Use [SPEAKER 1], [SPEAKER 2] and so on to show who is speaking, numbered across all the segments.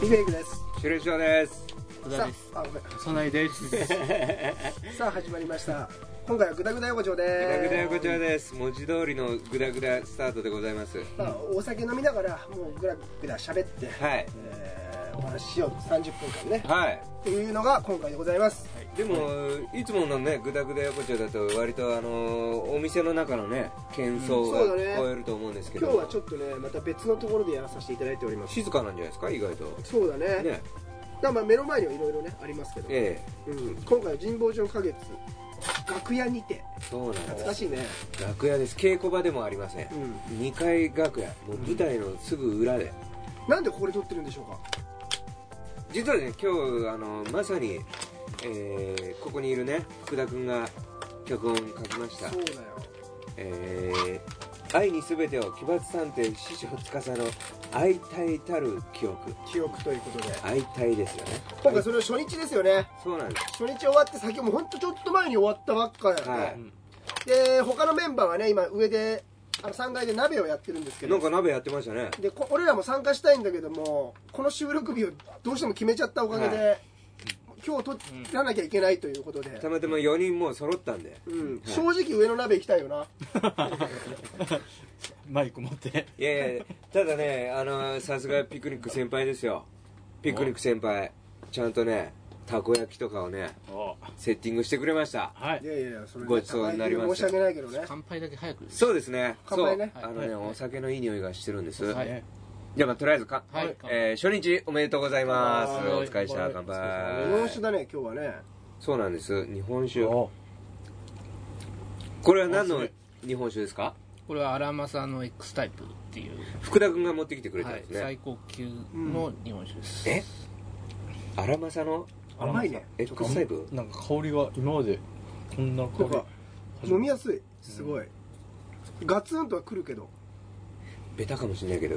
[SPEAKER 1] リフェイクです
[SPEAKER 2] シュレショです。
[SPEAKER 3] 戸田
[SPEAKER 1] さ
[SPEAKER 3] です。
[SPEAKER 1] ああごめん
[SPEAKER 3] そないです。
[SPEAKER 1] さあ始まりました今回はグダグダ横丁で
[SPEAKER 2] グ
[SPEAKER 1] す
[SPEAKER 2] ダグダ横丁です。文字通りのグダグダスタートでございます。
[SPEAKER 1] まあ、お酒飲みながらもうグラグラ喋って、
[SPEAKER 2] はい。
[SPEAKER 1] えーお話ししよう30分間ね
[SPEAKER 2] はい。
[SPEAKER 1] っていうのが今回でございます
[SPEAKER 2] でも、い、つものね、グダグダ横丁だと、割とあのーお店の中のね、喧騒
[SPEAKER 1] うんそ
[SPEAKER 2] が
[SPEAKER 1] うだね
[SPEAKER 2] 聞こえると思うんですけど、
[SPEAKER 1] 今日はちょっとねまた別のところでやらさせていただいております
[SPEAKER 2] 静かなんじゃないですか、意外と。
[SPEAKER 1] そうだね
[SPEAKER 2] ね。
[SPEAKER 1] だからまあ目の前にはいろいろねありますけど、
[SPEAKER 2] え
[SPEAKER 1] うん、今回は神保町花月楽屋にて
[SPEAKER 2] えそうなん
[SPEAKER 1] 懐
[SPEAKER 2] で
[SPEAKER 1] か
[SPEAKER 2] す。
[SPEAKER 1] しいね
[SPEAKER 2] 楽屋です。稽古場でもありません。
[SPEAKER 1] う
[SPEAKER 2] 2階楽屋、もう舞台のすぐ裏で。
[SPEAKER 1] なんでここで撮ってるんでしょうか
[SPEAKER 2] 実はね今日あのまさに、えーここにいるね福田君が脚本書きました
[SPEAKER 1] そうだよ
[SPEAKER 2] えー愛に全てを奇抜探偵師匠司の愛体たる記憶
[SPEAKER 1] 記憶ということで
[SPEAKER 2] 愛体ですよね
[SPEAKER 1] 今回それは初日ですよね
[SPEAKER 2] そうなんです
[SPEAKER 1] 初日終わって先もうほんとちょっと前に終わったばっかやね、
[SPEAKER 2] は
[SPEAKER 1] で他のメンバーはね今上であの3階で鍋をやってるんですけ
[SPEAKER 2] な
[SPEAKER 1] ど
[SPEAKER 2] んか鍋やってましたね
[SPEAKER 1] でこ俺らも参加したいんだけどもこの収録日をどうしても決めちゃったおかげで、今日撮らなきゃいけないということで、
[SPEAKER 2] たまたま4人もう揃ったんで
[SPEAKER 1] うん、正直上の鍋行きたいよな
[SPEAKER 3] マイク持って。
[SPEAKER 2] いやいやただねあのさすがピクニック先輩ですよピクニック先輩ちゃんとねたこ焼きとかをねセッティングしてくれました
[SPEAKER 3] はいい。
[SPEAKER 1] やいやいやそれね
[SPEAKER 2] ごちそうになりました
[SPEAKER 1] 申し訳ないけどね
[SPEAKER 3] 乾杯だけ早く。
[SPEAKER 2] そうですね。
[SPEAKER 1] 乾杯ね
[SPEAKER 2] そう。あの
[SPEAKER 3] はい
[SPEAKER 2] ね、お酒のいい匂いがしてるんです。
[SPEAKER 3] はい。
[SPEAKER 2] じゃあ、まあ、とりあえずか、
[SPEAKER 3] はい
[SPEAKER 2] えー初日おめでとうございます。
[SPEAKER 3] はい
[SPEAKER 2] お疲れした。乾
[SPEAKER 1] 日本
[SPEAKER 2] 杯
[SPEAKER 1] 酒。だね今日はね
[SPEAKER 2] そうなんです。日本酒。
[SPEAKER 3] お
[SPEAKER 2] これは何
[SPEAKER 3] あ
[SPEAKER 2] の
[SPEAKER 3] す
[SPEAKER 2] 日本酒ですか
[SPEAKER 4] これはアラマサの X タイプっていう、
[SPEAKER 2] 福田君が持ってきてくれたん
[SPEAKER 4] は
[SPEAKER 2] で
[SPEAKER 4] い
[SPEAKER 2] す、ね。
[SPEAKER 4] 最高級の日本酒です、
[SPEAKER 2] え荒政の
[SPEAKER 1] 甘いねちょっと
[SPEAKER 2] X タイプ
[SPEAKER 3] なんか香りが今までこんな香
[SPEAKER 1] なん
[SPEAKER 3] り
[SPEAKER 1] か飲みやすいすごい、ガツンとはくるけど
[SPEAKER 2] ベタかもしれないけど、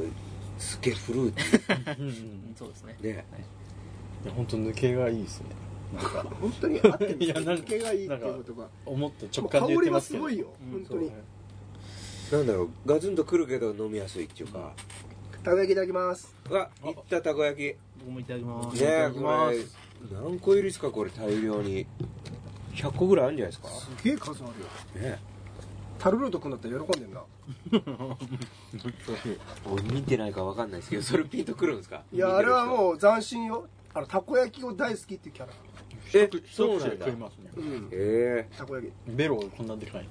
[SPEAKER 2] すっげえフルーテ
[SPEAKER 3] うんうん。
[SPEAKER 4] そうですね
[SPEAKER 2] ィーね。
[SPEAKER 3] いや本当抜けがいいですね。
[SPEAKER 1] 本当に合ってる
[SPEAKER 3] いやなんか
[SPEAKER 1] 抜けがいいっていうことが
[SPEAKER 3] 思った直
[SPEAKER 1] も
[SPEAKER 3] 感
[SPEAKER 1] う
[SPEAKER 3] で言
[SPEAKER 1] 香
[SPEAKER 3] って
[SPEAKER 1] り
[SPEAKER 3] ま
[SPEAKER 1] は
[SPEAKER 3] す
[SPEAKER 1] す
[SPEAKER 3] けど。
[SPEAKER 1] ごいよ本当に、
[SPEAKER 2] なんだろう、ガツンとくるけど飲みやすいっていうか。
[SPEAKER 1] たこ焼きいただきます
[SPEAKER 2] うわ、いったたこ焼き。ね
[SPEAKER 4] 僕もいただきます
[SPEAKER 2] え、
[SPEAKER 3] き
[SPEAKER 2] こ
[SPEAKER 3] ま
[SPEAKER 2] れ
[SPEAKER 3] す、
[SPEAKER 2] 何個いるですかこれ大量に。100個ぐらいあるんじゃないですか
[SPEAKER 1] すげえ数あるよ
[SPEAKER 2] ね
[SPEAKER 1] タルルート君だったら喜んでんな
[SPEAKER 2] 俺見てないかわかんないですけどそれピンとくるんですか
[SPEAKER 1] いやあれは
[SPEAKER 2] う
[SPEAKER 1] もう斬新よあのたこ焼きを大好きっていうキャラ
[SPEAKER 2] え
[SPEAKER 3] そ
[SPEAKER 2] そう
[SPEAKER 3] うな
[SPEAKER 2] なんんだ
[SPEAKER 3] 食いますね。
[SPEAKER 1] うん
[SPEAKER 2] え
[SPEAKER 1] たこ焼き
[SPEAKER 3] ベロがこんなでかい。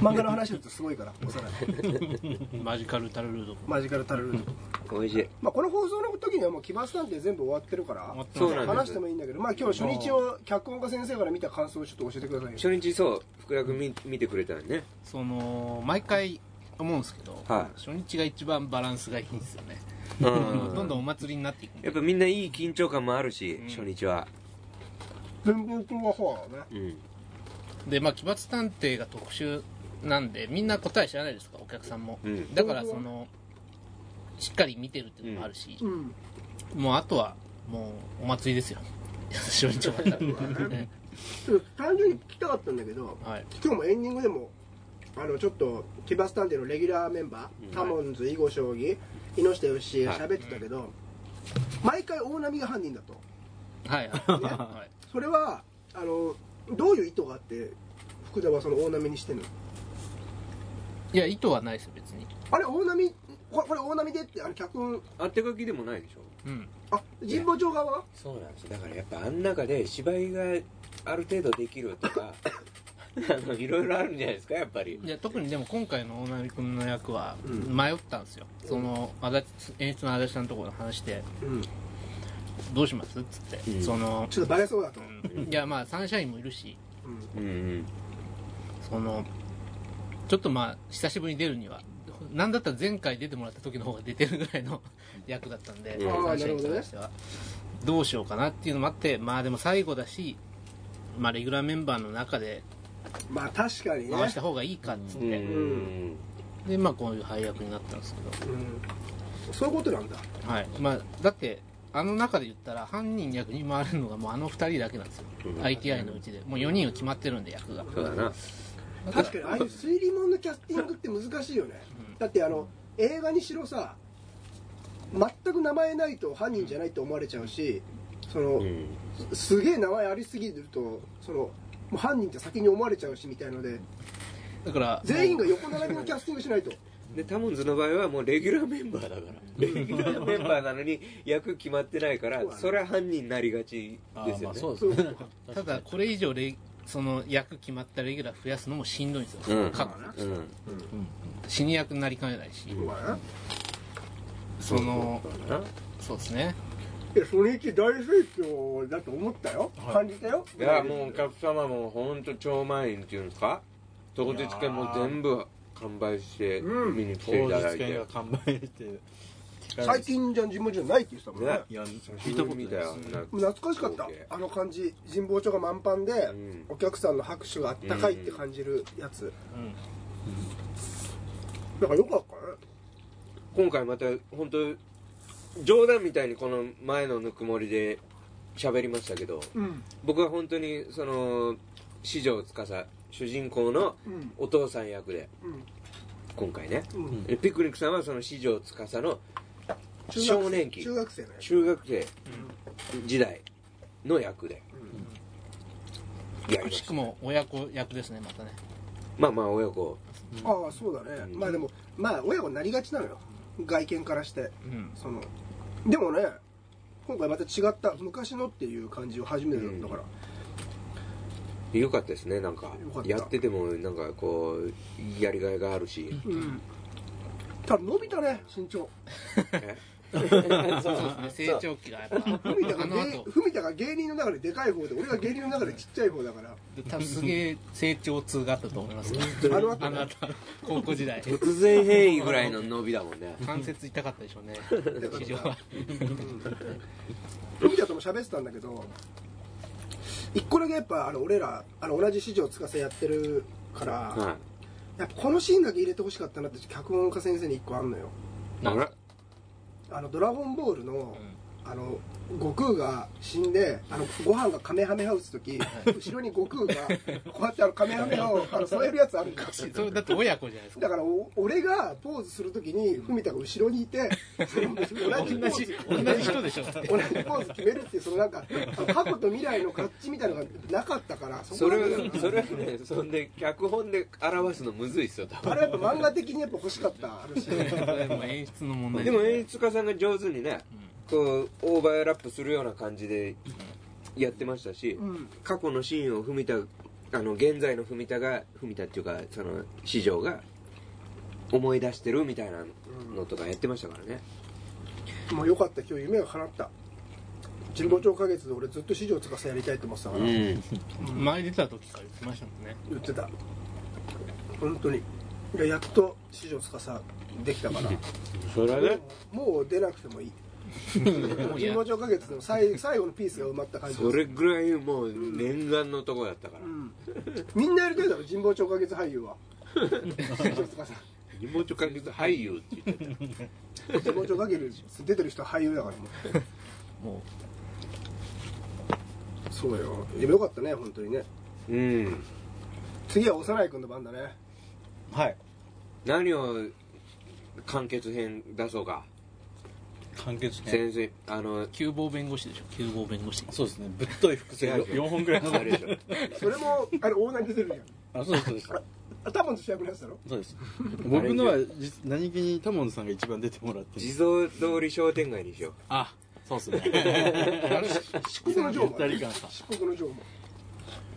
[SPEAKER 1] 漫画の話するとすごい から幼い
[SPEAKER 4] マジカルタルルード
[SPEAKER 1] マジカルタルルート
[SPEAKER 2] え美味しい
[SPEAKER 1] まあこの放送の時にはもう奇抜探偵全部終わってるから
[SPEAKER 4] 終わって
[SPEAKER 2] そうなんです
[SPEAKER 1] 話してもいいんだけどまあ今日初日を脚本家先生から見た感想をちょっと教えてくださいよ
[SPEAKER 2] 初日そう福田君見見てくれたのね
[SPEAKER 4] その毎回思うんですけど、
[SPEAKER 2] はい
[SPEAKER 4] 初日が一番バランスがいいんですよね、
[SPEAKER 2] う
[SPEAKER 4] どんど
[SPEAKER 2] ん
[SPEAKER 4] んお祭りになっていくんで
[SPEAKER 2] やっぱみんないい緊張感もあるし、
[SPEAKER 4] うん
[SPEAKER 2] 初日は
[SPEAKER 1] 文文君はほうね
[SPEAKER 2] うん
[SPEAKER 4] でまあ奇抜探偵が特集なんでみんな答え知らないですからお客さんも、
[SPEAKER 2] うん
[SPEAKER 4] だからそのしっかり見てるっていうのもあるし、
[SPEAKER 1] うん
[SPEAKER 4] もうあとはもうお祭りですよ 初日終わったら
[SPEAKER 1] ちょっと単純に聞きたかったんだけど
[SPEAKER 4] はい
[SPEAKER 1] 今日もエンディングでもあのちょっと奇抜探偵のレギュラーメンバー、タモンズ囲碁将棋木下よしえ
[SPEAKER 2] はい
[SPEAKER 1] 喋ってたけど、毎回大波が犯人だと
[SPEAKER 4] はい はい、はい
[SPEAKER 1] それはあのどういう意図があって福田はその大波にしてんの
[SPEAKER 4] いや意図はないですよ別に
[SPEAKER 1] あれ大波これこれ大波でってあの脚本
[SPEAKER 2] あて書きでもないでしょ
[SPEAKER 4] うん
[SPEAKER 1] あ神保町側は
[SPEAKER 2] そうなんですだからやっぱあん中で芝居がある程度できるとかあのいろいろあるんじゃないですかやっぱり
[SPEAKER 4] いや特にでも今回の大波君の役は
[SPEAKER 1] うん
[SPEAKER 4] 迷ったんですよ、その足立演出の足立さんのところの話で
[SPEAKER 1] うん
[SPEAKER 4] 「どうします?」っつって、
[SPEAKER 2] うん
[SPEAKER 4] その、
[SPEAKER 1] ちょっとバレそうだと、
[SPEAKER 4] うんいやまあサンシャインもいるし
[SPEAKER 1] うん
[SPEAKER 2] うんうん
[SPEAKER 4] そのちょっとまあ久しぶりに出るにはなんだったら前回出てもらった時の方が出てるぐらいの 役だったんで、
[SPEAKER 2] うん
[SPEAKER 4] サンシャインに関してはど,、うしようかなっていうのもあってまあでも最後だしまあレギュラーメンバーの中で
[SPEAKER 1] まあ確かにね、
[SPEAKER 4] 回した方がいいかっつっ
[SPEAKER 2] うん
[SPEAKER 4] て、でまあこういう配役になったんですけど
[SPEAKER 1] うんそういうことなんだ
[SPEAKER 4] はいまあ、だってあの中で言ったら犯人役に回れるのがもうあの2人だけなんですよ、
[SPEAKER 2] うん
[SPEAKER 4] ITI のうちでもう4人は決まってるんで役が
[SPEAKER 2] そうだな
[SPEAKER 4] だから
[SPEAKER 1] 確かにああいう推理もんのキャスティングって難しいよねだってあの映画にしろさ全く名前ないと犯人じゃないと思われちゃうしその、
[SPEAKER 2] うん
[SPEAKER 1] すげえ名前ありすぎるとそのもう犯人って先に思われちゃうしみたいので
[SPEAKER 4] だから
[SPEAKER 1] 全員が横並びのキャスティングしないと
[SPEAKER 2] でタモンズの場合はもうレギュラーメンバーだからレギュラーメンバーなのに役決まってないから
[SPEAKER 1] そうだね
[SPEAKER 2] それは犯人になりがち
[SPEAKER 3] あ
[SPEAKER 2] で
[SPEAKER 3] ー
[SPEAKER 2] す
[SPEAKER 3] ま
[SPEAKER 2] よ
[SPEAKER 3] あ
[SPEAKER 2] ね
[SPEAKER 3] そうで
[SPEAKER 1] そ
[SPEAKER 3] す
[SPEAKER 1] う
[SPEAKER 3] ね
[SPEAKER 4] ただこれ以上レその役決まったレギュラー増やすのもしんどいんですよ、
[SPEAKER 2] うん
[SPEAKER 4] 過去
[SPEAKER 2] うん
[SPEAKER 4] 死に役になりかねないし、
[SPEAKER 1] まあな
[SPEAKER 4] その
[SPEAKER 2] そうだな
[SPEAKER 4] そうですね
[SPEAKER 1] いや初日大成長だと思ったよ、
[SPEAKER 3] はい
[SPEAKER 1] 感じたよ
[SPEAKER 2] いやもうお客様も本当超満員っていうんですか当日券も全部完売して
[SPEAKER 1] うん
[SPEAKER 2] 見に来
[SPEAKER 3] 当
[SPEAKER 2] ていただ
[SPEAKER 3] 日
[SPEAKER 2] い
[SPEAKER 3] 券
[SPEAKER 2] て
[SPEAKER 3] が完売して
[SPEAKER 1] 最近じゃん神保町ないって言ってたもんね
[SPEAKER 2] ね
[SPEAKER 3] いや
[SPEAKER 2] 聞いたこと見たよ
[SPEAKER 1] 懐かしかった
[SPEAKER 2] 光景
[SPEAKER 1] あの感じ神保町が満帆で、
[SPEAKER 2] うん
[SPEAKER 1] お客さんの拍手があったかいって感じるやつ、なんかよかったね
[SPEAKER 2] 今回また本当冗談みたいにこの前のぬくもりで喋りましたけど
[SPEAKER 1] うん
[SPEAKER 2] 僕は本当にその四条司主人公の
[SPEAKER 1] うん
[SPEAKER 2] お父さん役で
[SPEAKER 1] うん
[SPEAKER 2] 今回ね
[SPEAKER 1] うん
[SPEAKER 2] でピクニックさんはその四条司の
[SPEAKER 1] 中学生
[SPEAKER 2] 少年期
[SPEAKER 1] 中学生のやつ
[SPEAKER 2] 中学生時代の役でやりま
[SPEAKER 4] くし
[SPEAKER 2] し
[SPEAKER 4] く
[SPEAKER 2] た
[SPEAKER 4] も親子役ですねまたね
[SPEAKER 2] まあまあ親子
[SPEAKER 1] ああそうだね、
[SPEAKER 2] うん
[SPEAKER 1] まあでもまあ親子になりがちなのよ外見からして
[SPEAKER 4] うん
[SPEAKER 1] そのでもね今回また違った昔のっていう感じを初めてだったから、
[SPEAKER 2] よかったですねなんか
[SPEAKER 1] よかった
[SPEAKER 2] やっててもなんかこうやりがいがあるし
[SPEAKER 1] うんただ伸びたね身長
[SPEAKER 2] ね
[SPEAKER 4] そうですね 成長期がやっぱ
[SPEAKER 1] 文田が
[SPEAKER 4] あの
[SPEAKER 1] 芸
[SPEAKER 4] 後
[SPEAKER 1] 文田が芸人の中ででかい方で俺が芸人の中でちっちゃい方だから
[SPEAKER 4] 多分すげえ成長痛があったと思いますよ
[SPEAKER 1] あの後
[SPEAKER 4] あなた高校時代
[SPEAKER 2] 突然変異ぐらいの伸びだもんね
[SPEAKER 4] 関節痛かったでしょうね
[SPEAKER 1] かった
[SPEAKER 4] 地上は
[SPEAKER 1] 文田とも喋ってたんだけど一個だけやっぱあの俺らあの同じ市場つかせやってるから、
[SPEAKER 2] は
[SPEAKER 1] やっぱこのシーンだけ入れてほしかったなって脚本家先生に一個あんのよ
[SPEAKER 2] いあら
[SPEAKER 1] あのドラゴンボールの、あの悟空が死んであのご飯がカメハメハ打つ時後ろに悟空がこうやってあのカメハメハをあの添えるやつあるんだ
[SPEAKER 4] それだって親子じゃないですか
[SPEAKER 1] だからお俺がポーズするときに文田が後ろにいてその同じポ
[SPEAKER 4] 同
[SPEAKER 1] ー
[SPEAKER 4] じ
[SPEAKER 1] ズ
[SPEAKER 4] 同じ人でしょ だって
[SPEAKER 1] 同じポーズ決めるっていうそのなんかあの過去と未来の合致みたいなのがなかったから
[SPEAKER 2] そ
[SPEAKER 1] こ
[SPEAKER 2] れ
[SPEAKER 1] だけだ
[SPEAKER 2] は
[SPEAKER 1] な
[SPEAKER 2] それはねそんで脚本で表すのむずいっすよ多
[SPEAKER 1] あ
[SPEAKER 2] 分
[SPEAKER 1] れはやっぱ漫画的にやっぱ欲しかったあのシーン
[SPEAKER 4] それも演出の問題
[SPEAKER 2] でも演出家さんが上手にねこうオーバーラップするような感じでやってましたし
[SPEAKER 1] うん
[SPEAKER 2] 過去のシーンを文田あの現在の文田が文田っていうかその市場が思い出してるみたいなのとかやってましたからね
[SPEAKER 1] もうよかった今日夢が叶った15兆ヶ月で俺ずっと市場つかさやりたいと思ってたから、
[SPEAKER 2] ん
[SPEAKER 4] 前出た時から言ってましたもんね
[SPEAKER 1] 言ってた本当にいややっと市場つかさできた から
[SPEAKER 2] それはね
[SPEAKER 1] もう出なくてもいい
[SPEAKER 4] もうや
[SPEAKER 1] 15兆ヶ月でも最最後のピースが埋まった感じ
[SPEAKER 2] それぐらいもう念願のとこだったから
[SPEAKER 1] うんみんなやりたいだろ神保町花月俳優 は市場つかさ
[SPEAKER 2] 妹関係俳優って言ってた
[SPEAKER 1] 神保町花月出てる人は俳優だからも
[SPEAKER 4] も
[SPEAKER 1] うそうよいやよかったね本当にね
[SPEAKER 2] うん
[SPEAKER 1] 次は幼い君の番だね
[SPEAKER 3] はい
[SPEAKER 2] 何を完結編出そうか
[SPEAKER 3] 完結編
[SPEAKER 2] 先生あの
[SPEAKER 4] う急防弁護士でしょ急防弁護士
[SPEAKER 3] そうですねぶっとい伏線
[SPEAKER 2] 違う違う
[SPEAKER 3] 4本ぐらい
[SPEAKER 2] あれでしょ
[SPEAKER 1] それもあれ大名に出てるじゃん
[SPEAKER 3] あそうですそうです
[SPEAKER 1] 頭の主役のやつだろ
[SPEAKER 3] そうです 僕のは実何気にタモンさんが一番出てもらってる
[SPEAKER 2] 地蔵通り商店街にしよ
[SPEAKER 3] あそうですね
[SPEAKER 4] あれ
[SPEAKER 1] 漆黒のジョ
[SPEAKER 3] ゆ
[SPEAKER 1] ー
[SPEAKER 3] ったり
[SPEAKER 1] も
[SPEAKER 3] 感さ
[SPEAKER 1] 漆黒のジョーも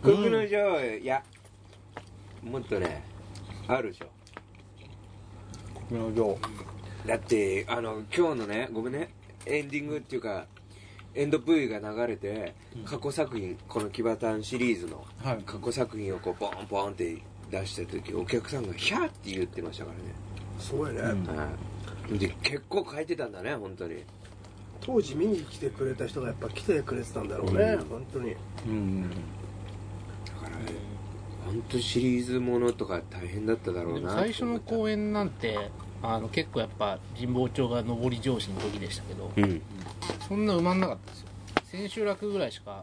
[SPEAKER 2] う国の城いやもっとねあるでしょ
[SPEAKER 3] 国の行
[SPEAKER 2] だってあの今日のねごめんねエンディングっていうかエンド V が流れて過去作品この「キバタン」シリーズの
[SPEAKER 3] はい
[SPEAKER 2] 過去作品をこうポンポンって出した時お客さんが「ヒャー」って言ってましたからね
[SPEAKER 1] すごいね、
[SPEAKER 3] ん
[SPEAKER 2] はいで結構書いてたんだね本当に
[SPEAKER 1] 当時見に来てくれた人がやっぱ来てくれてたんだろうね、
[SPEAKER 2] うん
[SPEAKER 1] 本当に
[SPEAKER 3] うん
[SPEAKER 2] だから本当シリーズものとか大変だっただろ
[SPEAKER 4] で
[SPEAKER 2] う
[SPEAKER 4] も
[SPEAKER 2] な
[SPEAKER 4] 最初の公演なんてあの結構やっぱ神保町が上り上司の時でしたけど、
[SPEAKER 2] うん
[SPEAKER 4] そんな埋まんなかったですよ千秋楽ぐらいしか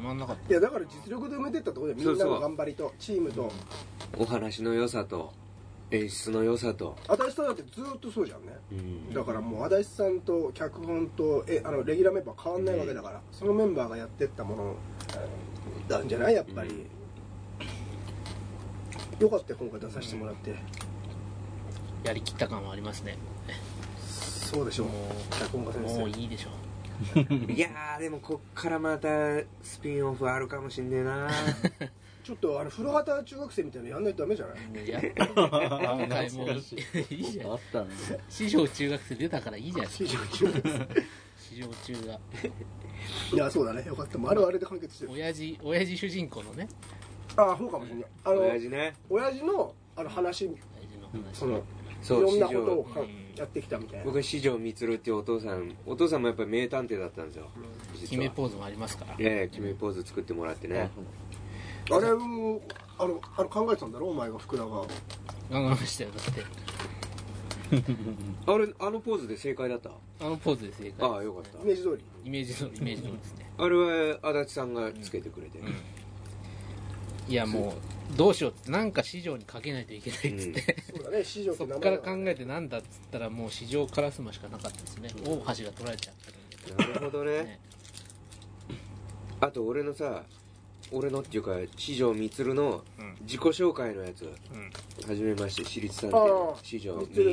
[SPEAKER 4] 埋まんなかっ
[SPEAKER 1] いやだから実力で埋めてったところでみんな
[SPEAKER 2] そうそ
[SPEAKER 1] の
[SPEAKER 2] う
[SPEAKER 1] 頑張りとチームと
[SPEAKER 2] お話の良さと演出の良さと、
[SPEAKER 1] 足立さんだってずーっとそうじゃんねだからもう足立さんと脚本とえあのレギュラーメンバー変わんないわけだから、そのメンバーがやってったものなんじゃないやっぱり、よかったよ今回出させてもらって、
[SPEAKER 4] たやりきった感はありますね
[SPEAKER 1] そうでしょう
[SPEAKER 4] も
[SPEAKER 1] 脚本家
[SPEAKER 4] う
[SPEAKER 1] 先
[SPEAKER 4] もう
[SPEAKER 1] 生
[SPEAKER 4] いいでしょ
[SPEAKER 2] いやーでもこっからまたスピンオフあるかもしんねえな
[SPEAKER 1] ちょっとあの古畑中学生みたいなのやんないとダメじゃない
[SPEAKER 4] い や今回も
[SPEAKER 3] 懐
[SPEAKER 4] う
[SPEAKER 3] かし
[SPEAKER 4] いいじゃん
[SPEAKER 3] あったね
[SPEAKER 4] 師匠中学生出たからいいじゃないですか
[SPEAKER 1] 以上以上です
[SPEAKER 4] 師匠中が
[SPEAKER 1] いやそうだねよかったもうあれはあれで完結してる
[SPEAKER 4] 親父親父主人公のね
[SPEAKER 1] ああそうかもしれないあの
[SPEAKER 2] 親父ね
[SPEAKER 1] 親父のあの話
[SPEAKER 4] 親父の話
[SPEAKER 1] そのい
[SPEAKER 2] そう
[SPEAKER 1] ろん
[SPEAKER 2] 四
[SPEAKER 1] な
[SPEAKER 2] 条
[SPEAKER 1] ことをか
[SPEAKER 4] うん
[SPEAKER 1] やってきたみたいな
[SPEAKER 2] 僕は四条満っていうお父さんお父さんもやっぱり名探偵だったんですよ
[SPEAKER 4] 決
[SPEAKER 2] 実
[SPEAKER 4] め
[SPEAKER 2] は
[SPEAKER 4] ポーズもありますから
[SPEAKER 2] ええ決めポーズ作ってもらってね
[SPEAKER 1] あれもあのあの考えてたんだろお前が福田が
[SPEAKER 4] 考えましたよだって
[SPEAKER 2] あれあのポーズで正解だった
[SPEAKER 4] あのポーズで正解です
[SPEAKER 2] ああよかった
[SPEAKER 1] イメージ通り
[SPEAKER 4] イメージ通りイメージ通りですね
[SPEAKER 2] あれは足立さんがつけてくれて、
[SPEAKER 4] いやもうどうしようっつってなんか市場にかけないといけないっつって、
[SPEAKER 1] そうだね市場
[SPEAKER 4] そ
[SPEAKER 1] 名
[SPEAKER 4] っ
[SPEAKER 1] 前
[SPEAKER 4] か
[SPEAKER 1] だ
[SPEAKER 4] ら考えてなんだっつったらもう市場カラスマしかなかったですね大橋が取られちゃってるんで
[SPEAKER 2] なるほどね
[SPEAKER 4] ね
[SPEAKER 2] あと俺のさ俺のっていうか四条満の
[SPEAKER 4] うん
[SPEAKER 2] 自己紹介のやつ、
[SPEAKER 4] ん
[SPEAKER 2] はじめまして私立探
[SPEAKER 1] あ
[SPEAKER 2] 偵
[SPEAKER 1] あ
[SPEAKER 2] 四条満ってい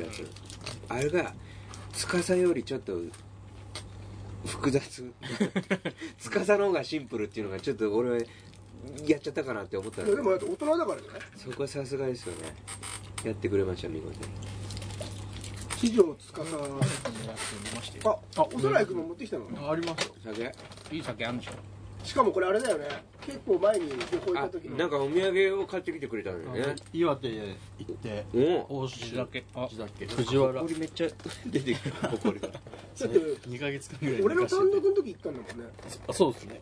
[SPEAKER 2] うやつ、あれが司よりちょっと複 雑司の方がシンプルっていうのがちょっと俺はやっちゃったかなって思った
[SPEAKER 1] いやでも
[SPEAKER 2] の
[SPEAKER 1] だって大人だからじゃない
[SPEAKER 2] そこはさすがですよねやってくれました見事に
[SPEAKER 1] 市場つかさ
[SPEAKER 4] 狙ってみましたよ
[SPEAKER 1] ああおそらくも持ってきたの
[SPEAKER 3] ありますよ
[SPEAKER 2] 酒
[SPEAKER 4] いい酒あるんでしょ
[SPEAKER 1] しかもこれあれだよね結構前に旅行行っ
[SPEAKER 2] あ
[SPEAKER 1] た時に
[SPEAKER 2] なんかお土産を買ってきてくれたんだよね
[SPEAKER 3] 岩手へ行って
[SPEAKER 2] おお
[SPEAKER 3] 甲
[SPEAKER 4] 地
[SPEAKER 3] 州
[SPEAKER 4] 酒あ
[SPEAKER 3] だっけ藤原
[SPEAKER 2] これめっちゃ出てくる ほこりが
[SPEAKER 1] ちょっと
[SPEAKER 3] 2ヶ月間ぐらい
[SPEAKER 1] 俺の単独の時行ったんだもんね
[SPEAKER 3] あそうですね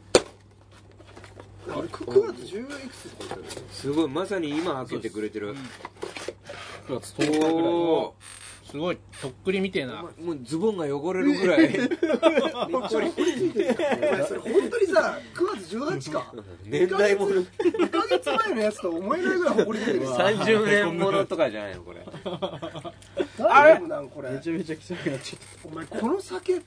[SPEAKER 1] あれ 9, 9月10いくつとか言ったよね
[SPEAKER 2] すごいまさに今開けてくれてる
[SPEAKER 3] 9月10日ぐらい
[SPEAKER 2] お
[SPEAKER 3] の
[SPEAKER 2] お
[SPEAKER 4] すごいとっくりみてえな
[SPEAKER 2] もうズボンが汚れるぐらい
[SPEAKER 1] お前それ本当にさ9月18か
[SPEAKER 2] 年代 もの
[SPEAKER 1] 2ヶ月前のやつとは思えないぐらい誇り出て るさ
[SPEAKER 2] 30年ものとかじゃないのこれ
[SPEAKER 1] 大丈夫なんこれ
[SPEAKER 3] めちゃめちゃ臭くなっちゃっ
[SPEAKER 1] お前この酒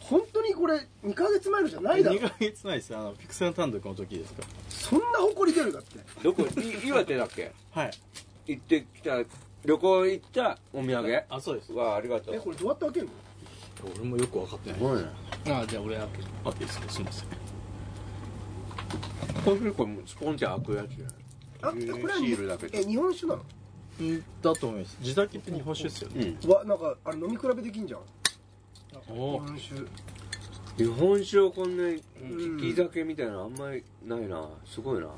[SPEAKER 1] 本当にこれ2ヶ月前のじゃ
[SPEAKER 3] た
[SPEAKER 1] ないだろ
[SPEAKER 3] 2ヶ月前ですあのピクセル単独の時ですか
[SPEAKER 1] そんな誇り出るだって
[SPEAKER 2] どこい岩手だっけ
[SPEAKER 3] はい
[SPEAKER 2] 行ってきた旅行行ったお土産
[SPEAKER 3] あそうです
[SPEAKER 2] わあありがと
[SPEAKER 1] え
[SPEAKER 2] う
[SPEAKER 1] これどうやって開けんの
[SPEAKER 3] 俺もよく分かってない
[SPEAKER 2] ごいね
[SPEAKER 4] ああじゃあ俺開ける
[SPEAKER 3] あいいですかすいません
[SPEAKER 2] これ結構スポンって開くやつじゃない
[SPEAKER 1] あえこれは
[SPEAKER 2] シールだけど
[SPEAKER 1] え日本酒なの
[SPEAKER 3] うんだと思います地酒って日本酒ですよね
[SPEAKER 1] わなんかあれ飲み比べできんじゃん
[SPEAKER 3] お
[SPEAKER 1] 日本酒
[SPEAKER 2] 日本酒をこんなに利き酒みたいなのあんまりないなすごいな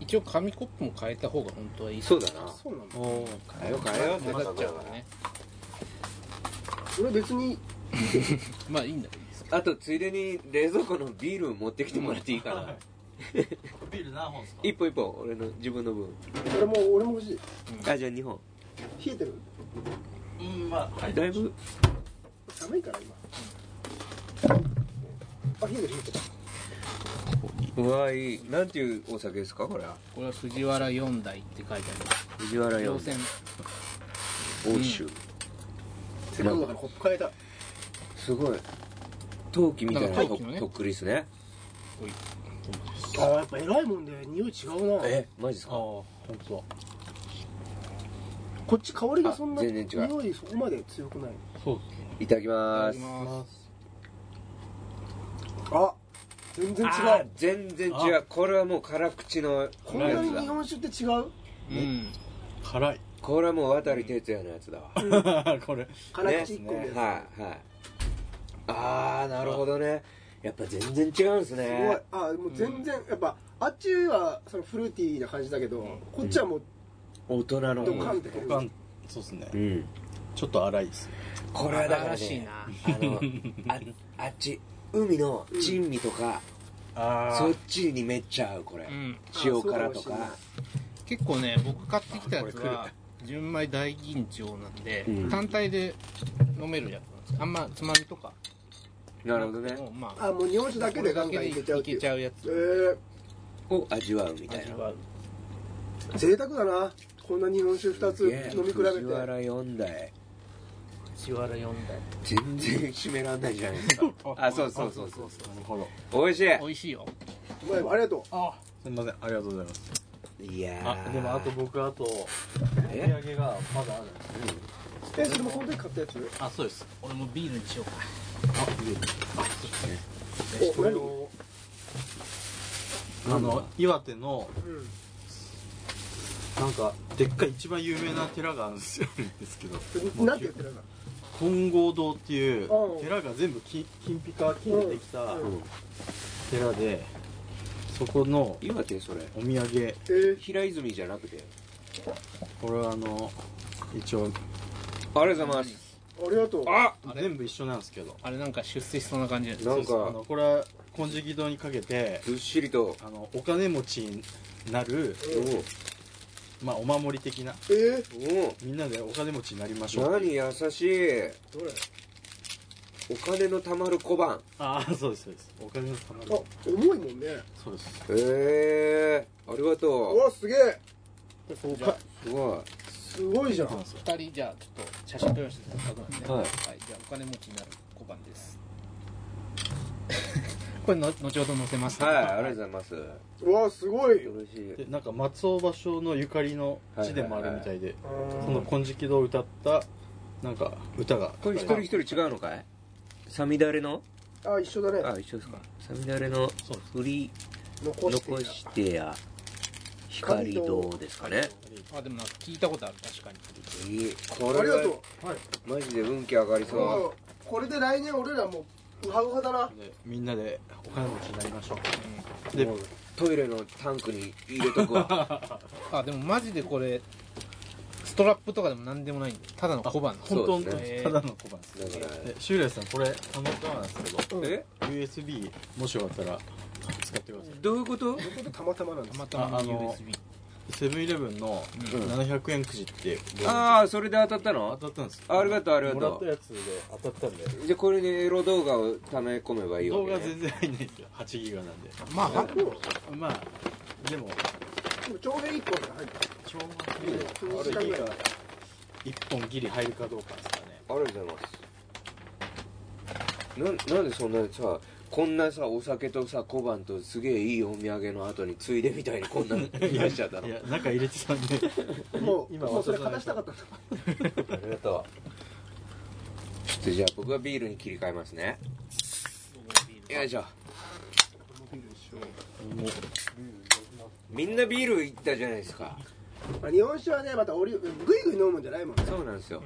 [SPEAKER 4] 一応紙コップも変えた方が本当はいい
[SPEAKER 2] そうだな
[SPEAKER 1] そうなんだ
[SPEAKER 3] お
[SPEAKER 2] 変えよう変えよう
[SPEAKER 4] 混ざっちゃうからね
[SPEAKER 1] 俺別に
[SPEAKER 4] まあいいんだけどいいですけ
[SPEAKER 2] あとついでに冷蔵庫のビール持ってきてもらっていいかな
[SPEAKER 3] ビール何本ですか
[SPEAKER 2] 一本一本俺の自分の分
[SPEAKER 1] 俺も俺も欲しい
[SPEAKER 2] あじゃあ2本
[SPEAKER 1] 冷えてる
[SPEAKER 3] うんまあ
[SPEAKER 2] だいぶ
[SPEAKER 1] 寒いから今あ冷えてる冷えてる
[SPEAKER 2] うわいいなんていうお酒ですかこれは
[SPEAKER 4] どこれは藤原四代って書いてあります
[SPEAKER 2] 藤原洋
[SPEAKER 4] 稜
[SPEAKER 2] 泉
[SPEAKER 4] 線
[SPEAKER 2] 欧州、
[SPEAKER 1] せっかくだからコップ変えた
[SPEAKER 2] すごい陶器みたいな
[SPEAKER 4] な
[SPEAKER 2] と
[SPEAKER 4] んか陶器のね
[SPEAKER 2] とっくりですね
[SPEAKER 1] あやっぱ偉いもんで匂い違うな
[SPEAKER 2] えマジです
[SPEAKER 3] あ
[SPEAKER 2] か
[SPEAKER 3] 本当だ
[SPEAKER 1] こっち香りがそんな
[SPEAKER 2] あ全然違う
[SPEAKER 1] 匂いそこまで強くない
[SPEAKER 3] そうですね
[SPEAKER 2] いただきます
[SPEAKER 1] あ全然違
[SPEAKER 2] あー
[SPEAKER 1] う
[SPEAKER 2] 全然違うこれはもう辛口のや
[SPEAKER 1] こんなに
[SPEAKER 2] つ
[SPEAKER 1] 日
[SPEAKER 2] だ
[SPEAKER 1] 本酒って違う
[SPEAKER 4] うん
[SPEAKER 3] 辛い
[SPEAKER 2] これはもう渡哲也のやつだわ
[SPEAKER 3] これ
[SPEAKER 1] 辛口1個で
[SPEAKER 2] はいはいああなるほどねやっぱ全然違うんで
[SPEAKER 1] す
[SPEAKER 2] す
[SPEAKER 1] ごい
[SPEAKER 2] ね
[SPEAKER 1] あもう全然やっぱあっちはそのフルーティーな感じだけどこっちはもう
[SPEAKER 2] 大人の
[SPEAKER 1] ドカンって
[SPEAKER 3] 五感そうですね
[SPEAKER 2] うん
[SPEAKER 3] ちょっと粗いですね
[SPEAKER 2] これはだから
[SPEAKER 4] 新しい
[SPEAKER 2] ね
[SPEAKER 4] な
[SPEAKER 2] あのああっち海の珍味とか、
[SPEAKER 3] あ
[SPEAKER 2] そっちにめっちゃ合うこれ、
[SPEAKER 4] うん
[SPEAKER 2] 塩辛と
[SPEAKER 1] あそ
[SPEAKER 2] か
[SPEAKER 1] うかもしれない
[SPEAKER 4] 結構ね僕買ってきたやつは純米大吟醸なんで、
[SPEAKER 2] うん
[SPEAKER 4] 単体で飲めるやつなんですあんまつまみとか
[SPEAKER 2] なるほどね
[SPEAKER 4] もうまあ
[SPEAKER 1] あもう日本酒だけでガンガンい
[SPEAKER 4] い
[SPEAKER 1] けちゃうってい
[SPEAKER 4] け
[SPEAKER 1] う
[SPEAKER 4] ちゃうやつ
[SPEAKER 1] え
[SPEAKER 2] を味わうみたい
[SPEAKER 4] 味
[SPEAKER 2] な
[SPEAKER 4] わう
[SPEAKER 1] ー、贅沢だなこんな日本酒2つ
[SPEAKER 2] すげえ
[SPEAKER 1] 飲み比べて
[SPEAKER 2] 藤原4代
[SPEAKER 4] 藤原四代
[SPEAKER 2] 全然締めらんないじゃないですかあそうそうそうそう
[SPEAKER 3] なるほど
[SPEAKER 2] 美味し
[SPEAKER 4] 美味しいよ
[SPEAKER 1] お前ありがと
[SPEAKER 5] あ
[SPEAKER 3] すみませんありがとうございます
[SPEAKER 2] いいや
[SPEAKER 5] あ
[SPEAKER 2] ー
[SPEAKER 5] でもあと僕あとお土
[SPEAKER 2] え
[SPEAKER 5] 産がまだあるんです
[SPEAKER 1] うえそれもその時買ったやつ
[SPEAKER 5] あそうです
[SPEAKER 4] 俺もビールにしようか
[SPEAKER 5] あ上に
[SPEAKER 1] お
[SPEAKER 5] これ
[SPEAKER 1] 何
[SPEAKER 5] を
[SPEAKER 3] あの岩手の
[SPEAKER 1] うん
[SPEAKER 3] なんかでっかい一番有名な寺があるんですよですけど
[SPEAKER 1] なんて言ってるんだ
[SPEAKER 3] 金剛堂っていう
[SPEAKER 1] うん
[SPEAKER 3] 寺が全部き金ピカ金でできた
[SPEAKER 2] うん
[SPEAKER 3] 寺でそこの
[SPEAKER 2] 岩手それ
[SPEAKER 3] お土産
[SPEAKER 1] えー、
[SPEAKER 2] 平泉じゃなくて
[SPEAKER 3] これはあの一応
[SPEAKER 2] ありがとうございます
[SPEAKER 1] ありがとう
[SPEAKER 2] あ
[SPEAKER 3] 全部一緒なんですけど
[SPEAKER 4] あれなんか出世しそうな感じです
[SPEAKER 2] なん
[SPEAKER 3] あ
[SPEAKER 2] か
[SPEAKER 3] のこれは金色堂にかけて
[SPEAKER 2] ずっしりと
[SPEAKER 3] あのお金持ちになる、
[SPEAKER 2] おう
[SPEAKER 3] まあ、お守り的な
[SPEAKER 1] えー、
[SPEAKER 2] おう
[SPEAKER 3] みんなでお金持ちになりましょう
[SPEAKER 2] 何優しい
[SPEAKER 1] どれ
[SPEAKER 2] お金のたまる小判
[SPEAKER 3] ああそうですそうですお金のたまり
[SPEAKER 1] あ重いもんね
[SPEAKER 3] そうです
[SPEAKER 2] へえありが
[SPEAKER 1] う
[SPEAKER 2] と
[SPEAKER 1] わすげえ
[SPEAKER 4] じゃあ
[SPEAKER 2] うすご
[SPEAKER 1] すごいじゃん
[SPEAKER 3] そうなんですよ
[SPEAKER 4] 二人じゃあちょっと写真撮りましたせっかくなんで、
[SPEAKER 2] はい
[SPEAKER 4] じゃあお金持ちになる小判です これの後ほど載せます
[SPEAKER 2] い
[SPEAKER 4] ね、
[SPEAKER 2] はいありがとうございます
[SPEAKER 1] うわすごいよ
[SPEAKER 2] 嬉しい
[SPEAKER 3] でなんか松尾芭蕉のゆかりの地でもあるみたいで、
[SPEAKER 1] あ
[SPEAKER 3] その
[SPEAKER 1] ー
[SPEAKER 3] 金色堂を歌ったなんか歌が
[SPEAKER 2] これ一人一人違うのかいさみだれの
[SPEAKER 1] あ一緒だね
[SPEAKER 2] あ一緒ですかさみだれの
[SPEAKER 3] そうです
[SPEAKER 2] 振り
[SPEAKER 1] 残して
[SPEAKER 2] 残してや光堂ですかね
[SPEAKER 4] あでもなんか聞いたことある確かに
[SPEAKER 2] いいこ
[SPEAKER 1] あり
[SPEAKER 2] れ
[SPEAKER 1] が
[SPEAKER 2] は
[SPEAKER 1] とうはい
[SPEAKER 2] マジで運気上がり
[SPEAKER 1] も
[SPEAKER 2] そう
[SPEAKER 1] これで来年俺らもうウハウハだな
[SPEAKER 3] でみんなでお金持ちになりましょう
[SPEAKER 2] う
[SPEAKER 3] で
[SPEAKER 2] もうトイレのタンクに入れとくわ
[SPEAKER 4] あでもマジでこれストラップとかでも何でもないんでただの小判です
[SPEAKER 3] 本当
[SPEAKER 2] そう
[SPEAKER 3] の
[SPEAKER 4] ですね
[SPEAKER 3] ただの小判です
[SPEAKER 2] だから
[SPEAKER 3] で修来さんこれたまたまなんですけど
[SPEAKER 2] え
[SPEAKER 3] USB もしよかったら使ってください
[SPEAKER 2] どういうこと
[SPEAKER 1] 僕とたまたまなんで
[SPEAKER 4] た
[SPEAKER 1] す
[SPEAKER 4] またま
[SPEAKER 3] ああの
[SPEAKER 4] の USB
[SPEAKER 3] セブンイレブンの700円くじって
[SPEAKER 2] ああそれで当たった
[SPEAKER 3] 当
[SPEAKER 2] の
[SPEAKER 3] たったんですよ
[SPEAKER 2] ありがとうありがとう
[SPEAKER 3] もらったやつで当たったんで
[SPEAKER 2] じゃあこれにエロ動画を溜め込めばいい
[SPEAKER 3] 動
[SPEAKER 2] わ
[SPEAKER 3] 画
[SPEAKER 2] けね
[SPEAKER 3] 全然入んないんですよ8ギガなんで
[SPEAKER 4] まあ
[SPEAKER 1] あでも
[SPEAKER 3] まあでも
[SPEAKER 1] でも長編1本が入って
[SPEAKER 3] ちょうど
[SPEAKER 1] あれ
[SPEAKER 3] 8ギガ1本ギリ入るかどうかですかね
[SPEAKER 2] ありがとうございますななんでそんなさこんなさお酒とさ小判とすげえいいお土産の後についでみたいにこんなの出しちゃったの
[SPEAKER 3] いや中入れてたん で
[SPEAKER 1] るもう
[SPEAKER 3] 今
[SPEAKER 1] もうそれ話
[SPEAKER 3] 渡さない
[SPEAKER 1] したかったんだ
[SPEAKER 2] ありがとうちょっとじゃあ僕はビールに切り替えますねよいしょみんなビールいったじゃないですか
[SPEAKER 1] まあ日本酒はねまたおりぐいぐい飲むんじゃないもんね
[SPEAKER 2] そうなんですよ、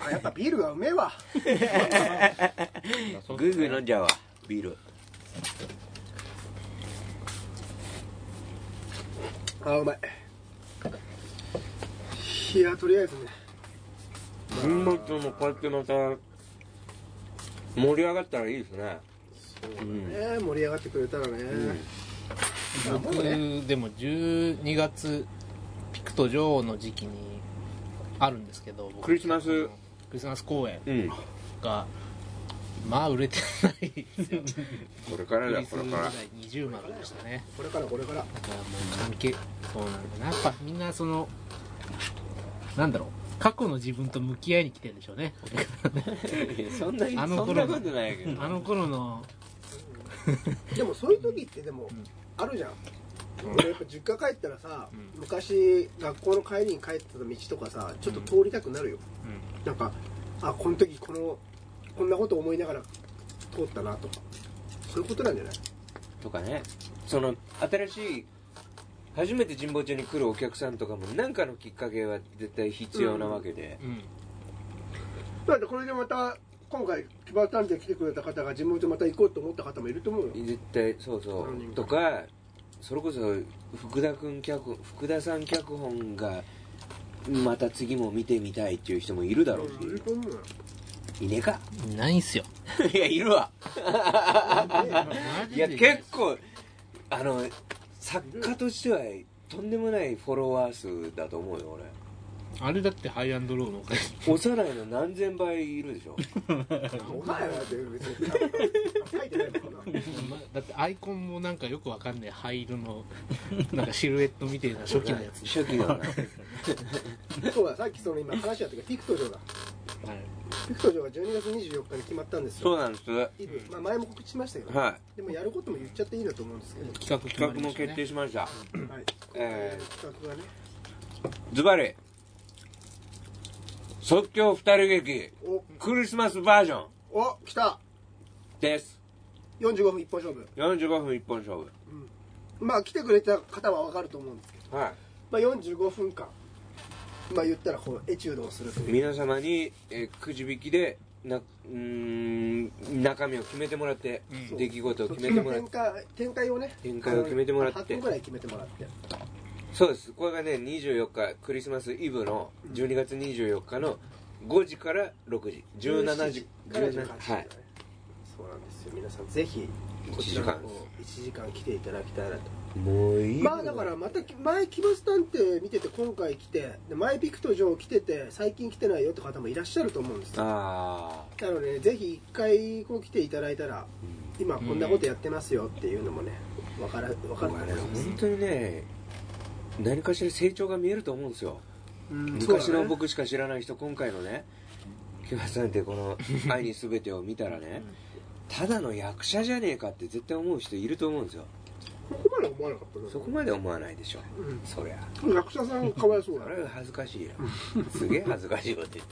[SPEAKER 1] あやっぱビールがうめえわ
[SPEAKER 2] ぐいぐい飲んじゃうわビール
[SPEAKER 1] あーうまいいやとりあえずね
[SPEAKER 2] 粉末もこうやってまた盛り上がったらいいですねうん
[SPEAKER 1] ね盛り上がってくれたらね、あもうね
[SPEAKER 4] 僕でも12月ピクと女王の時期にあるんですけど僕
[SPEAKER 2] クリスマス
[SPEAKER 4] クリスマス公演
[SPEAKER 2] うん
[SPEAKER 4] がまあ売れてないですよ
[SPEAKER 2] これからだこれから
[SPEAKER 4] クリスマス時代20万でしたね
[SPEAKER 1] これからこれから
[SPEAKER 4] だからもう関係そうなんだなやっぱみんなそのなんだろう過去の自分と向き合いに来てるんでしょうね
[SPEAKER 2] いやそんなに
[SPEAKER 4] あの
[SPEAKER 2] そんな
[SPEAKER 4] 頃の
[SPEAKER 2] ことないけど
[SPEAKER 4] あの頃の
[SPEAKER 1] でもそういう時ってでもあるじゃん、俺やっぱ実家帰ったらさ、昔学校の帰りに帰ってた道とかさちょっと通りたくなるよ、なんかあこの時このこんなこと思いながら通ったなとかそういうことなんじゃない
[SPEAKER 2] とかねその新しい初めて神保町に来るお客さんとかも何かのきっかけは絶対必要なわけで、
[SPEAKER 4] うん
[SPEAKER 1] だってこれでまた今回木場探偵来てくれた方が地元また行こうと思った方もいると思うよ
[SPEAKER 2] 絶対そうそ
[SPEAKER 1] 何人
[SPEAKER 2] う
[SPEAKER 1] か
[SPEAKER 2] とかそれこそ福田君脚本福田さん脚本がまた次も見てみたいっていう人もいるだろうし、
[SPEAKER 1] いると思うよ
[SPEAKER 2] いねえ か
[SPEAKER 4] いないんすよ
[SPEAKER 2] いやいるわ
[SPEAKER 4] マ
[SPEAKER 2] いや結構あの作家としてはとんでもないフォロワー数だと思うよ俺
[SPEAKER 4] あれだってハイアンドローのおかげ
[SPEAKER 2] 幼いの何千倍いるでしょ
[SPEAKER 1] お前らだって別に書いてないのかな
[SPEAKER 4] だってアイコンもなんかよくわかんない灰色のなんかシルエットみたいな初期のやつ、
[SPEAKER 2] 初期の な
[SPEAKER 1] そうださっきその今話やったけどピクト城だ
[SPEAKER 4] はい、
[SPEAKER 1] ピクト城が12月24日に決まったんですよ
[SPEAKER 2] そうなんですは
[SPEAKER 1] イブ、まあ、前も告知しましたけど、
[SPEAKER 2] い
[SPEAKER 1] でもやることも言っちゃっていいんだと思うんですけど、
[SPEAKER 4] 企画決ま
[SPEAKER 2] 企
[SPEAKER 4] り
[SPEAKER 2] 画
[SPEAKER 4] ま
[SPEAKER 2] も
[SPEAKER 4] したね
[SPEAKER 2] 決定しました
[SPEAKER 1] はい、
[SPEAKER 2] え
[SPEAKER 1] 企画がね
[SPEAKER 2] ズバリ即興二人劇
[SPEAKER 1] お
[SPEAKER 2] クリスマスバージョン
[SPEAKER 1] お来た
[SPEAKER 2] です
[SPEAKER 1] 45分一本勝負
[SPEAKER 2] 45分一本勝負
[SPEAKER 1] まあ来てくれた方は分かると思うんですけど、
[SPEAKER 2] はい
[SPEAKER 1] まあ、45分間まあ言ったらこうエチュードをするという
[SPEAKER 2] 皆様に、えーくじ引きでなうーん中身を決めてもらって、
[SPEAKER 4] うん
[SPEAKER 2] 出来事を
[SPEAKER 1] そっ
[SPEAKER 2] 決
[SPEAKER 1] ち
[SPEAKER 2] めて
[SPEAKER 1] の
[SPEAKER 2] もら
[SPEAKER 1] 展
[SPEAKER 2] って
[SPEAKER 1] 開展開をね
[SPEAKER 2] 展開を決めてもらって
[SPEAKER 1] あの8個ぐらい決めてもらって
[SPEAKER 2] そうですこれがね24日クリスマスイブの12月24日の5時から6時17時
[SPEAKER 1] から18
[SPEAKER 2] 17
[SPEAKER 1] 時
[SPEAKER 2] はい
[SPEAKER 1] そうなんですよ皆さんぜひこちらの方1時間来ていただきたいなと
[SPEAKER 2] もういいよ
[SPEAKER 1] まあだからまた前キバス探偵見てて今回来てで前ピクト城来てて最近来てないよって方もいらっしゃると思うんですよ
[SPEAKER 2] ああ
[SPEAKER 1] なので、ぜひ一回こう来ていただいたら今こんなことやってますよっていうのもねわからわかると
[SPEAKER 2] 僕は
[SPEAKER 1] 思い
[SPEAKER 2] ね
[SPEAKER 1] ます
[SPEAKER 2] 本当にね何かしら成長が見えると思うんですよ
[SPEAKER 1] うん
[SPEAKER 2] 昔
[SPEAKER 1] そうだ
[SPEAKER 2] の
[SPEAKER 1] ね
[SPEAKER 2] 僕しか知らない人今回のね木村さんって この「愛に全て」を見たらねただの役者じゃねえかって絶対思う人いると思うんですよ
[SPEAKER 1] そこまで思わなかったな
[SPEAKER 2] そこまで思わないでしょ
[SPEAKER 1] うん
[SPEAKER 2] そりゃ
[SPEAKER 1] 役者さんかわいそうだ
[SPEAKER 2] そ
[SPEAKER 1] ね
[SPEAKER 2] れは恥ずかしいよすげえ恥ずかしいこと言っ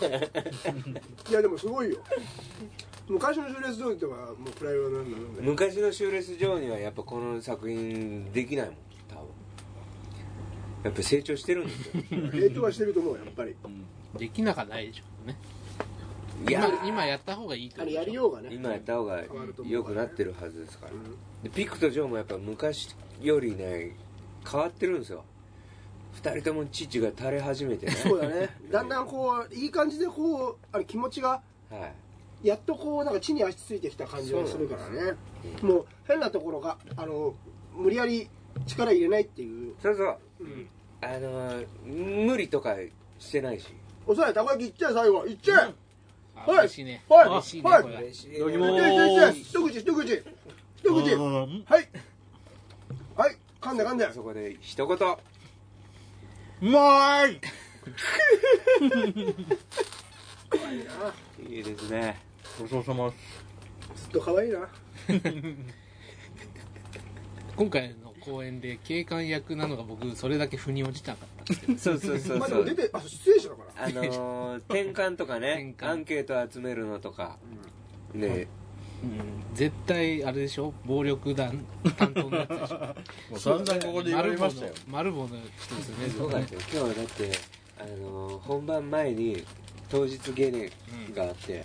[SPEAKER 2] て
[SPEAKER 1] いやでもすごいよ昔のシュレス通りとかもうプライドなんだなんだよ
[SPEAKER 2] 昔のシューレス・ジョーにはやっぱこの作品できないもん多分やっぱ成長してるんですよ
[SPEAKER 1] 影響はしてると思うやっぱり
[SPEAKER 4] できなかないでしょうね
[SPEAKER 2] いや
[SPEAKER 4] 今今やった方がいいって
[SPEAKER 1] あ
[SPEAKER 4] こ
[SPEAKER 1] の
[SPEAKER 4] とでしょ
[SPEAKER 1] やりようがね
[SPEAKER 2] 今やった方が
[SPEAKER 1] 変わると思う
[SPEAKER 2] 良くなってるはずですから
[SPEAKER 1] うん
[SPEAKER 2] でピクとジョーもやっぱ昔よりね変わってるんですよ二人とも父が垂れ始めてね
[SPEAKER 1] そうだねだんだんこういい感じでこうあの気持ちが
[SPEAKER 2] はい
[SPEAKER 1] やっとこうなんか地に足ついてきた感じがするからねもう変なところがあの無理やり力入れないっていう
[SPEAKER 2] そうそう
[SPEAKER 1] うん
[SPEAKER 2] あのー無理とかしてないし
[SPEAKER 1] おさらたこ焼きいっちゃえ最後いっちゃえ
[SPEAKER 4] あ
[SPEAKER 1] はい
[SPEAKER 4] 嬉しいね
[SPEAKER 1] はい
[SPEAKER 4] 嬉しいね
[SPEAKER 1] はい
[SPEAKER 4] これ
[SPEAKER 2] し
[SPEAKER 3] いただきま
[SPEAKER 1] いっ
[SPEAKER 3] お
[SPEAKER 1] ちゃえい
[SPEAKER 3] ー
[SPEAKER 1] っちゃえ一口一口一口
[SPEAKER 4] うん
[SPEAKER 1] はいはい噛んで噛んで
[SPEAKER 2] そこで一言
[SPEAKER 3] うまーい
[SPEAKER 2] いいですね
[SPEAKER 3] ごちそうさまです
[SPEAKER 1] ずっと可愛いな
[SPEAKER 4] 今回の公演で警官役なのが僕それだけ腑に落ちなかったんですけど
[SPEAKER 2] そうそうそ う
[SPEAKER 1] まあで
[SPEAKER 2] そ
[SPEAKER 1] も
[SPEAKER 2] う
[SPEAKER 1] 出てあ出演者だから
[SPEAKER 2] あのー転換とかね
[SPEAKER 4] 転換
[SPEAKER 2] アンケート集めるのとか、ね
[SPEAKER 4] うん絶対あれでしょ暴力団担当のやつでしょ
[SPEAKER 3] もう 散々ここで言われましたよ
[SPEAKER 4] 丸棒の丸棒の人ですよね
[SPEAKER 2] そうだよ今日はだって、あのー本番前に当日ゲネがあって、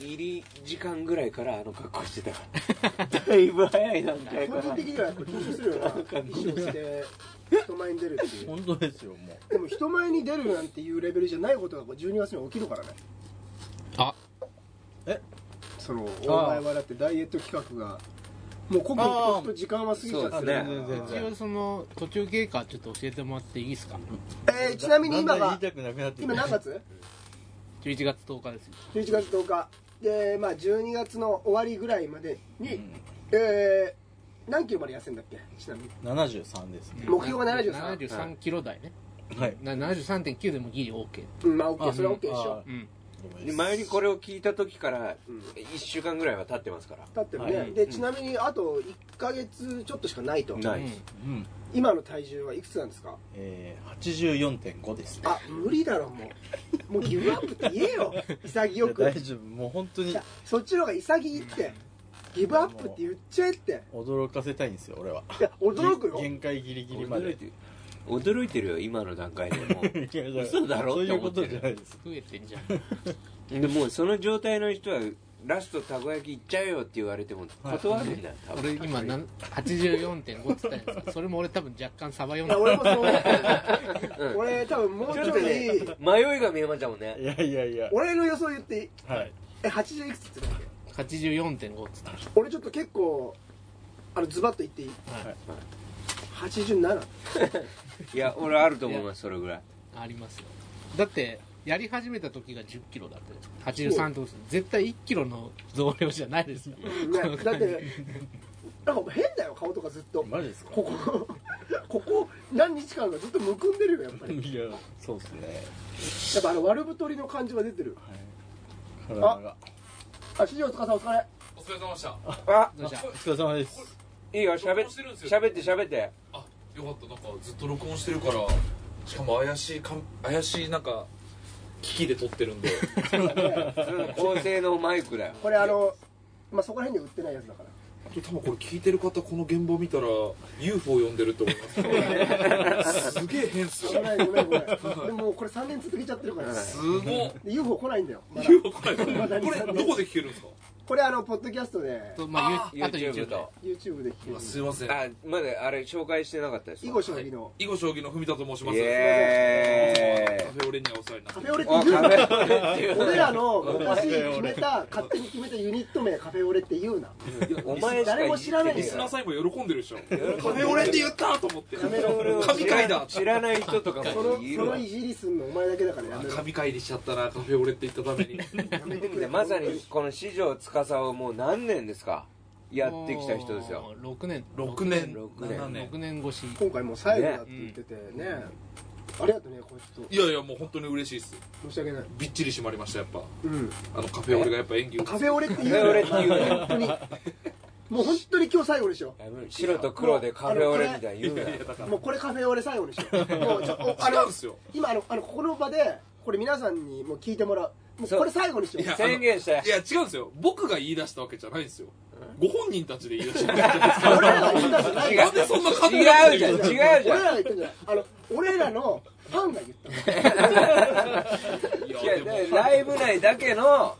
[SPEAKER 2] 入り時間ぐらいからあの格好してたから だいぶ早い段階か
[SPEAKER 1] 個人
[SPEAKER 2] ら
[SPEAKER 1] 的にはやっぱ緊張するよな一生して人前に出るっていう
[SPEAKER 3] 本当ですよも
[SPEAKER 1] でも人前に出るなんていうレベルじゃないことがこう12月に起きるからね
[SPEAKER 4] あ
[SPEAKER 1] そのお
[SPEAKER 3] ああ
[SPEAKER 1] 前はだってダイエット企画がもう刻々と時間は過ぎちゃって
[SPEAKER 2] そ
[SPEAKER 1] るか
[SPEAKER 2] うです
[SPEAKER 1] ら
[SPEAKER 2] ね
[SPEAKER 3] 全然
[SPEAKER 4] 一応その途中経過ちょっと教えてもらっていいですか
[SPEAKER 1] えー ちなみに今
[SPEAKER 3] だ
[SPEAKER 1] が
[SPEAKER 3] んだん言いたくなくなってき
[SPEAKER 1] 今
[SPEAKER 3] た
[SPEAKER 1] 何月
[SPEAKER 4] 11月10日ですよ
[SPEAKER 1] ?11 月10日でまあ12月の終わりぐらいまでに、えー何キロまで痩せんだっけちなみに
[SPEAKER 3] 73ですね
[SPEAKER 1] 目標が73
[SPEAKER 4] 73キロ台ね、
[SPEAKER 3] はい
[SPEAKER 4] な73.9でもギリ OK
[SPEAKER 1] うんまあ OK それは OK でし
[SPEAKER 3] あ
[SPEAKER 1] ょ
[SPEAKER 4] うん
[SPEAKER 2] で前にこれを聞いた時から
[SPEAKER 1] うん
[SPEAKER 2] 1週間ぐらいは経ってますから
[SPEAKER 1] だってもね、
[SPEAKER 3] はい
[SPEAKER 1] でちなみにあと1か月ちょっとしかないと
[SPEAKER 2] ない
[SPEAKER 4] うん
[SPEAKER 3] うん
[SPEAKER 1] 今の体重はいくつなんですか
[SPEAKER 3] えー、84.5です
[SPEAKER 1] あ無理だろもうもうギブアップって言え よ潔
[SPEAKER 3] いや
[SPEAKER 1] く
[SPEAKER 3] 大丈夫もう本当に
[SPEAKER 1] じゃそっちの方が潔いってギブアップって言っちゃえって
[SPEAKER 3] 驚かせたいんですよ俺はい
[SPEAKER 1] や驚くよ
[SPEAKER 3] 限界ギリギリま
[SPEAKER 2] 驚
[SPEAKER 3] で
[SPEAKER 2] いてる驚いてるよ今の段階でも う
[SPEAKER 3] いやだから
[SPEAKER 2] 嘘だろ
[SPEAKER 3] そう
[SPEAKER 2] って
[SPEAKER 3] いう
[SPEAKER 2] 思
[SPEAKER 3] こ
[SPEAKER 2] って
[SPEAKER 3] と
[SPEAKER 2] る
[SPEAKER 3] じゃないです
[SPEAKER 4] 増えてんじゃん
[SPEAKER 2] でもうその状態の人はラストたこ焼きいっちゃえよって言われても断るんだよ多
[SPEAKER 4] 俺
[SPEAKER 2] 分
[SPEAKER 4] 今な84.5って言ったんですかそれも俺多分若干サバ読ん
[SPEAKER 1] い
[SPEAKER 4] で
[SPEAKER 1] や俺もそう思った
[SPEAKER 2] うん
[SPEAKER 1] 俺多分もうちょっといい
[SPEAKER 2] 迷いが見えましたもんね
[SPEAKER 3] いやいやいや
[SPEAKER 1] 俺の予想言っていい
[SPEAKER 3] はい
[SPEAKER 1] え80いくつって言ってたっけ
[SPEAKER 4] 84.5っつった
[SPEAKER 1] 俺ちょっと結構あのズバッと言っていい
[SPEAKER 4] はい
[SPEAKER 1] 87
[SPEAKER 2] いや俺あると思いますそれぐらい
[SPEAKER 4] ありますよだってやり始めた時が1 0キロだって83ってことです絶対1キロの増量じゃないですよ
[SPEAKER 1] ねだってなんか変だよ顔とかずっと
[SPEAKER 5] マジですか
[SPEAKER 1] ここここ何日間かずっとむくんでるよやっぱり
[SPEAKER 5] いやそうですね
[SPEAKER 1] やっぱあの悪太りの感じは出てる
[SPEAKER 5] 体が
[SPEAKER 1] あ市場司お疲れ
[SPEAKER 6] お疲れ様でした。
[SPEAKER 2] あ
[SPEAKER 4] どうした
[SPEAKER 5] お疲れ様です
[SPEAKER 2] いいよ喋
[SPEAKER 6] 録
[SPEAKER 2] っ
[SPEAKER 6] 音してるんですよ
[SPEAKER 2] 喋って喋って
[SPEAKER 6] あ、よかった。なんかずっと録音してるから、しかも怪しいかん怪しいなんか機器で撮ってるん で。
[SPEAKER 2] うん高性能マイクだよ
[SPEAKER 1] これあのまあそこら辺には売ってないやつだから
[SPEAKER 6] あ と多分これ聞いてる方この現場見たら UFO 呼んでると思い ます。すげえ変っす
[SPEAKER 1] ご
[SPEAKER 6] よ。
[SPEAKER 1] めんごめんごめんでももうこれ3年続けちゃってるから
[SPEAKER 6] すごっ。
[SPEAKER 1] で UFO 来ないんだよまだ
[SPEAKER 6] UFO 来ない
[SPEAKER 1] まだ
[SPEAKER 6] これどこで聞けるんですか。
[SPEAKER 1] これあのポッドキャストで
[SPEAKER 4] とまあ、ゆあと
[SPEAKER 2] YouTube
[SPEAKER 4] YouTube で
[SPEAKER 2] と
[SPEAKER 1] YouTube で聞ける
[SPEAKER 6] あすいませ ん。
[SPEAKER 2] あまだあれ紹介してなかったです
[SPEAKER 1] 囲
[SPEAKER 2] か
[SPEAKER 1] 碁将棋の
[SPEAKER 6] 囲碁将棋の文田と申しま
[SPEAKER 2] イ
[SPEAKER 6] す。
[SPEAKER 2] エ
[SPEAKER 6] カフェオレにはお世話になっ
[SPEAKER 1] カ
[SPEAKER 6] て
[SPEAKER 1] フェオレって
[SPEAKER 2] ーイあ
[SPEAKER 1] 言うな
[SPEAKER 2] カメラ
[SPEAKER 1] 俺らの昔決めた勝手に決めたユニット名カフェオレって言うな
[SPEAKER 2] お前しか
[SPEAKER 1] 誰も知らない
[SPEAKER 2] 言
[SPEAKER 6] リ
[SPEAKER 2] って
[SPEAKER 6] ス
[SPEAKER 2] な
[SPEAKER 6] ナ
[SPEAKER 2] い
[SPEAKER 6] ーさん今喜んでるでしょ。カフェオレって言ったと思って。
[SPEAKER 1] カフェオレを
[SPEAKER 6] 神回だ。
[SPEAKER 2] 知らない人とか
[SPEAKER 1] その
[SPEAKER 2] も
[SPEAKER 1] そ
[SPEAKER 2] いる
[SPEAKER 1] の
[SPEAKER 2] わ
[SPEAKER 1] いじりすんのお前だけだからやめろ
[SPEAKER 6] 神回りしちゃったなカフェオレって言ったために。
[SPEAKER 1] やめてくれ
[SPEAKER 2] まさにこの四条司をもう何年ですかやってきた人ですよ
[SPEAKER 4] もう6年
[SPEAKER 6] 六年
[SPEAKER 2] 六年
[SPEAKER 6] 7年
[SPEAKER 4] 6年越し
[SPEAKER 1] 今回もう最後だって言っててねありがとうねこれちょっ
[SPEAKER 6] いやいやもう本当に嬉しいです
[SPEAKER 1] と申し訳ない
[SPEAKER 6] びっちり締まりましたやっぱ
[SPEAKER 1] うん
[SPEAKER 6] あのカフェオレがやっぱ演技を
[SPEAKER 1] カフェオレって言う
[SPEAKER 2] カフェオレって
[SPEAKER 1] な
[SPEAKER 2] 言うな
[SPEAKER 1] 本当にもう本当に今日最後でしょ
[SPEAKER 2] 白と黒でカフェオレみたいに言うなよ
[SPEAKER 1] もうこれカフェオレ最後でしょもうちょおあ
[SPEAKER 6] 違
[SPEAKER 1] の
[SPEAKER 6] うんすよ
[SPEAKER 1] 今あのあのこの場でこれ皆さんにもう聞いてもらうもうこれ最後にしよ
[SPEAKER 6] いや
[SPEAKER 1] う
[SPEAKER 2] 宣言したよ
[SPEAKER 6] いや違うんですよ僕が言い出したわけじゃないんですよご本人たちで言い出したわけじゃないです
[SPEAKER 1] 俺らが言ったんじゃない
[SPEAKER 6] なんでそんな感じ
[SPEAKER 2] 違うじゃん違うじゃん
[SPEAKER 1] 俺らが言ったんじゃないあの俺らのファンが言った
[SPEAKER 2] いやだか
[SPEAKER 6] いやでも
[SPEAKER 2] らライブ内だけ の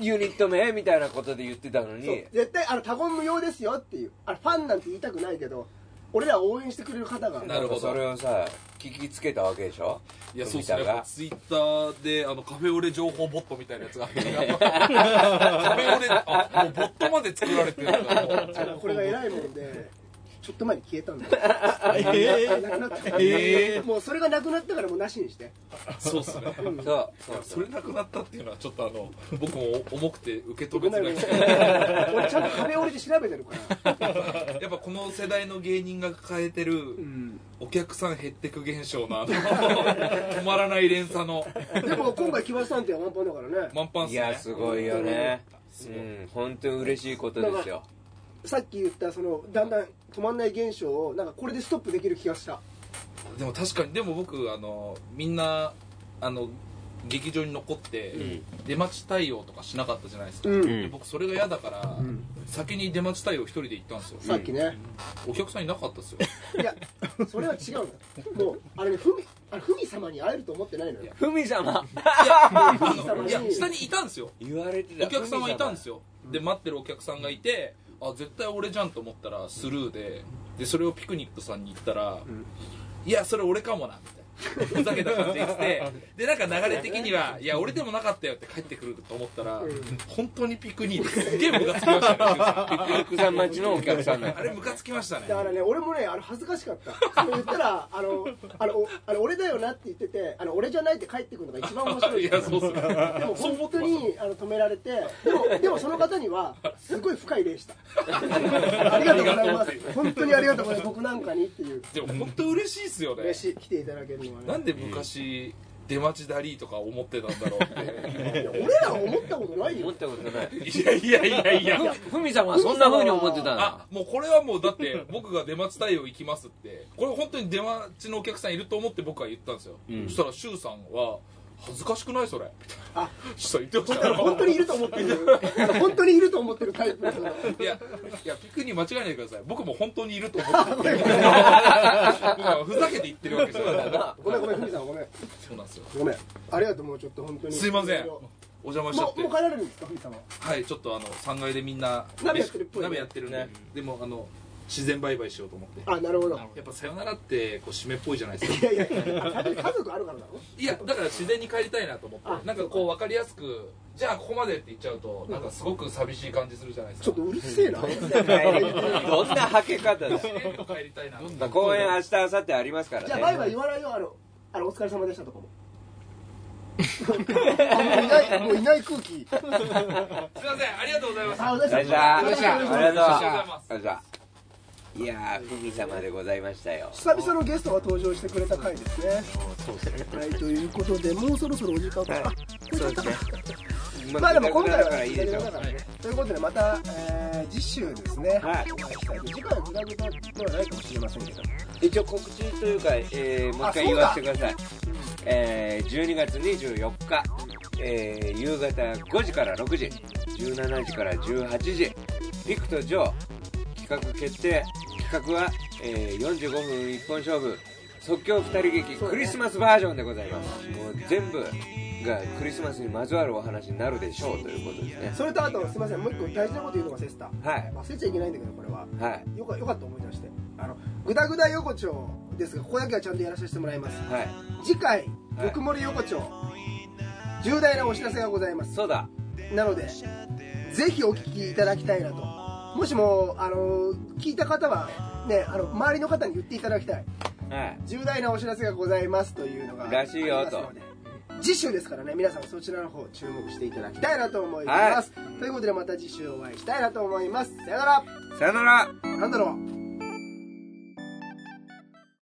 [SPEAKER 2] ユニット名みたいなことで言ってたの
[SPEAKER 1] そう
[SPEAKER 2] に
[SPEAKER 1] 絶対あの他言無用ですよっていうあのファンなんて言いたくないけど俺らを応援してくれる方が
[SPEAKER 6] なるほど
[SPEAKER 2] それをさ聞きつけたわけでしょ
[SPEAKER 6] いやそうっ
[SPEAKER 2] み
[SPEAKER 6] す
[SPEAKER 2] た
[SPEAKER 6] ね
[SPEAKER 2] が
[SPEAKER 6] ツイッターであのカフェオレ情報ボットみたいなやつがあってカフェオレあもうボットまで作られてるんだもう
[SPEAKER 1] あのこれが偉いもんでちょっと前に消えたんだよなくなった、
[SPEAKER 5] え
[SPEAKER 1] もうそれがなくなったからもうなしにして
[SPEAKER 6] そうっすね
[SPEAKER 1] うん
[SPEAKER 2] そう
[SPEAKER 6] い
[SPEAKER 2] そう
[SPEAKER 6] や
[SPEAKER 2] そ
[SPEAKER 6] そうれなくなったっていうのはちょっとあの僕も重くて受け止めづらい
[SPEAKER 1] 俺 ちゃんとカフェオレで調べてるから
[SPEAKER 6] やっぱこの世代の芸人が抱えてるお客さん減ってく現象のあの 止まらない連鎖の
[SPEAKER 1] でも今回木橋さんってワンパンだからね
[SPEAKER 6] 満帆っす
[SPEAKER 2] い
[SPEAKER 6] ね
[SPEAKER 2] やすごいよねうん本当に嬉しいことですよ
[SPEAKER 1] さっき言ったそのだんだん止まんない現象をなんかこれでストップできる気がした
[SPEAKER 6] でも確かにでも僕あのみんなあの劇場に残って、出待ち対応とかしなかったじゃないですか、
[SPEAKER 1] うん
[SPEAKER 6] で僕それが嫌だから、先に出待ち対応一人で行ったんですよ、
[SPEAKER 1] さっきね、
[SPEAKER 6] お客さんいなかっ たですよ
[SPEAKER 1] いやそれは違うんだもうあれねふみあれふみ様に会えると思ってないのよ
[SPEAKER 2] ふみ様
[SPEAKER 6] あのいや下にいたんですよ
[SPEAKER 2] 言われてた
[SPEAKER 6] お客さんはいたんですよで待ってるお客さんがいてあ絶対俺じゃんと思ったらスルーででそれをピクニックさんに言ったら「いやそれ俺かもな」みたいな。ふざけた感じ で言っててでなんか流れ的には「いや俺でもなかったよ」って帰ってくると思ったら本当にピクニックすげえムカつきましたね
[SPEAKER 2] ふ み様待ちのお客さんだよ
[SPEAKER 6] あれムカつきましたね
[SPEAKER 1] だからね俺もねあの恥ずかしかったそう言ったらあのあのおあの俺だよなって言っててあの俺じゃないって帰ってくるのが一番面白い
[SPEAKER 6] いやそうっすね
[SPEAKER 1] でも本当にあの止められてでもでもその方にはすごい深い礼 したありがとうございます本当にありがとうございます僕なんかにっていう
[SPEAKER 6] でも本当嬉しいっすよね
[SPEAKER 1] 嬉しい来ていただけるのは
[SPEAKER 6] な
[SPEAKER 1] ね
[SPEAKER 6] んで昔出待ちだりとか思ってたんだろうっ
[SPEAKER 1] いや俺らは思ったことない
[SPEAKER 2] 思
[SPEAKER 1] よ
[SPEAKER 2] ったこと ない
[SPEAKER 6] ていやいやいやいや
[SPEAKER 2] ふみ様はそんなふうに思ってたん
[SPEAKER 6] あ
[SPEAKER 2] だ
[SPEAKER 6] もうこれはもう だって僕が出待ち対応行きますってこれ本当に出待ちのお客さんいると思って僕は言ったんですよ、
[SPEAKER 2] うん
[SPEAKER 6] そしたら周さんは「恥ずかしくないそれ」みたいな
[SPEAKER 1] あ
[SPEAKER 6] そう言って
[SPEAKER 1] だ
[SPEAKER 6] まし
[SPEAKER 1] か
[SPEAKER 6] た
[SPEAKER 1] ら
[SPEAKER 6] よ
[SPEAKER 1] 本当にいると思って る本当にいると思ってるタイプの人だ
[SPEAKER 6] いやいやピクに間違えないでください僕も本当にいると思 っててふざけて言ってるわけじゃない
[SPEAKER 1] ごめんごめんふみさんごめん
[SPEAKER 6] そうなんですよ
[SPEAKER 1] ごめんありがとうもうちょっと本当に
[SPEAKER 6] すいません
[SPEAKER 1] も
[SPEAKER 6] お邪魔
[SPEAKER 1] う
[SPEAKER 6] しちゃって
[SPEAKER 1] もう帰られるんですかふみさんは
[SPEAKER 6] はいちょっとあの3階でみんな
[SPEAKER 1] 鍋やってるっぽいね
[SPEAKER 6] 鍋やってるね、でもあの自然売買しようと思って
[SPEAKER 1] あなるほど
[SPEAKER 4] なる
[SPEAKER 6] やっぱさよならってこう締めっぽいじゃないですか
[SPEAKER 1] いやいやあ家族あるからだろ
[SPEAKER 6] いやだから自然に帰りたいなと思
[SPEAKER 1] あ
[SPEAKER 6] ってなんかこう分かりやすくじゃあここまでって言っちゃうとなんかすごく寂しい感じするじゃないです
[SPEAKER 1] ちょ
[SPEAKER 6] か
[SPEAKER 1] っとうるせえな
[SPEAKER 2] どんなはけ方だ
[SPEAKER 6] 自然と帰りたいなと思って
[SPEAKER 2] まあ公演明日明後日ありますからね
[SPEAKER 1] じゃあバイバイ言わないよあのあのお疲れ様でしたとかももういないもういない空気
[SPEAKER 6] すいませんありがとうございました
[SPEAKER 1] あお疲れ
[SPEAKER 2] あ
[SPEAKER 1] 様
[SPEAKER 2] りがとうございましたありがとうござい
[SPEAKER 6] ありがとうございま
[SPEAKER 2] ましたいやーふみ様でございましたよ
[SPEAKER 1] 久々のゲストが登場してくれた回ですね。はい、ということで、もうそろそろお時間が。あ
[SPEAKER 2] そうですね
[SPEAKER 1] まあでも今回
[SPEAKER 2] だか
[SPEAKER 1] は
[SPEAKER 2] らいいでしょ
[SPEAKER 1] だからねということでまた、えー、次週ですね。
[SPEAKER 2] はい
[SPEAKER 1] お会いしたいと次回はグダグダではないかもしれませんけど。
[SPEAKER 2] 一応告知というか、えーもう一回言わせてください、えー12月24日、えー夕方5時から6時17時から18時ピクとジョー企画決定企画は、えー45分一本勝負即興二人劇クリスマスバージョンでございますもう全部がクリスマスにまつわるお話になるでしょうということですね
[SPEAKER 1] それとあとすみませんもう一個大事なこと言うのがセスター。
[SPEAKER 2] はい
[SPEAKER 1] 忘れちゃいけないんだけどこれは。
[SPEAKER 2] はい
[SPEAKER 1] よかよかった思い出して。あのグダグダ横丁ですがここだけはちゃんとやらさせてもらいます。
[SPEAKER 2] はい
[SPEAKER 1] 次回奥森横丁、重大なお知らせがございます。
[SPEAKER 2] そうだ
[SPEAKER 1] なのでぜひお聞きいただきたいなともしもあの聞いた方はねあの周りの方に言っていただきたい
[SPEAKER 2] はい
[SPEAKER 1] 重大なお知らせがございますというのが
[SPEAKER 2] らしい
[SPEAKER 1] あ
[SPEAKER 2] よと
[SPEAKER 1] りますので次週ですからね皆さんそちらの方注目していただきたいなと思います、ということでまた次週お会いしたいなと思いますさよなら
[SPEAKER 2] さよなら
[SPEAKER 1] なんだろう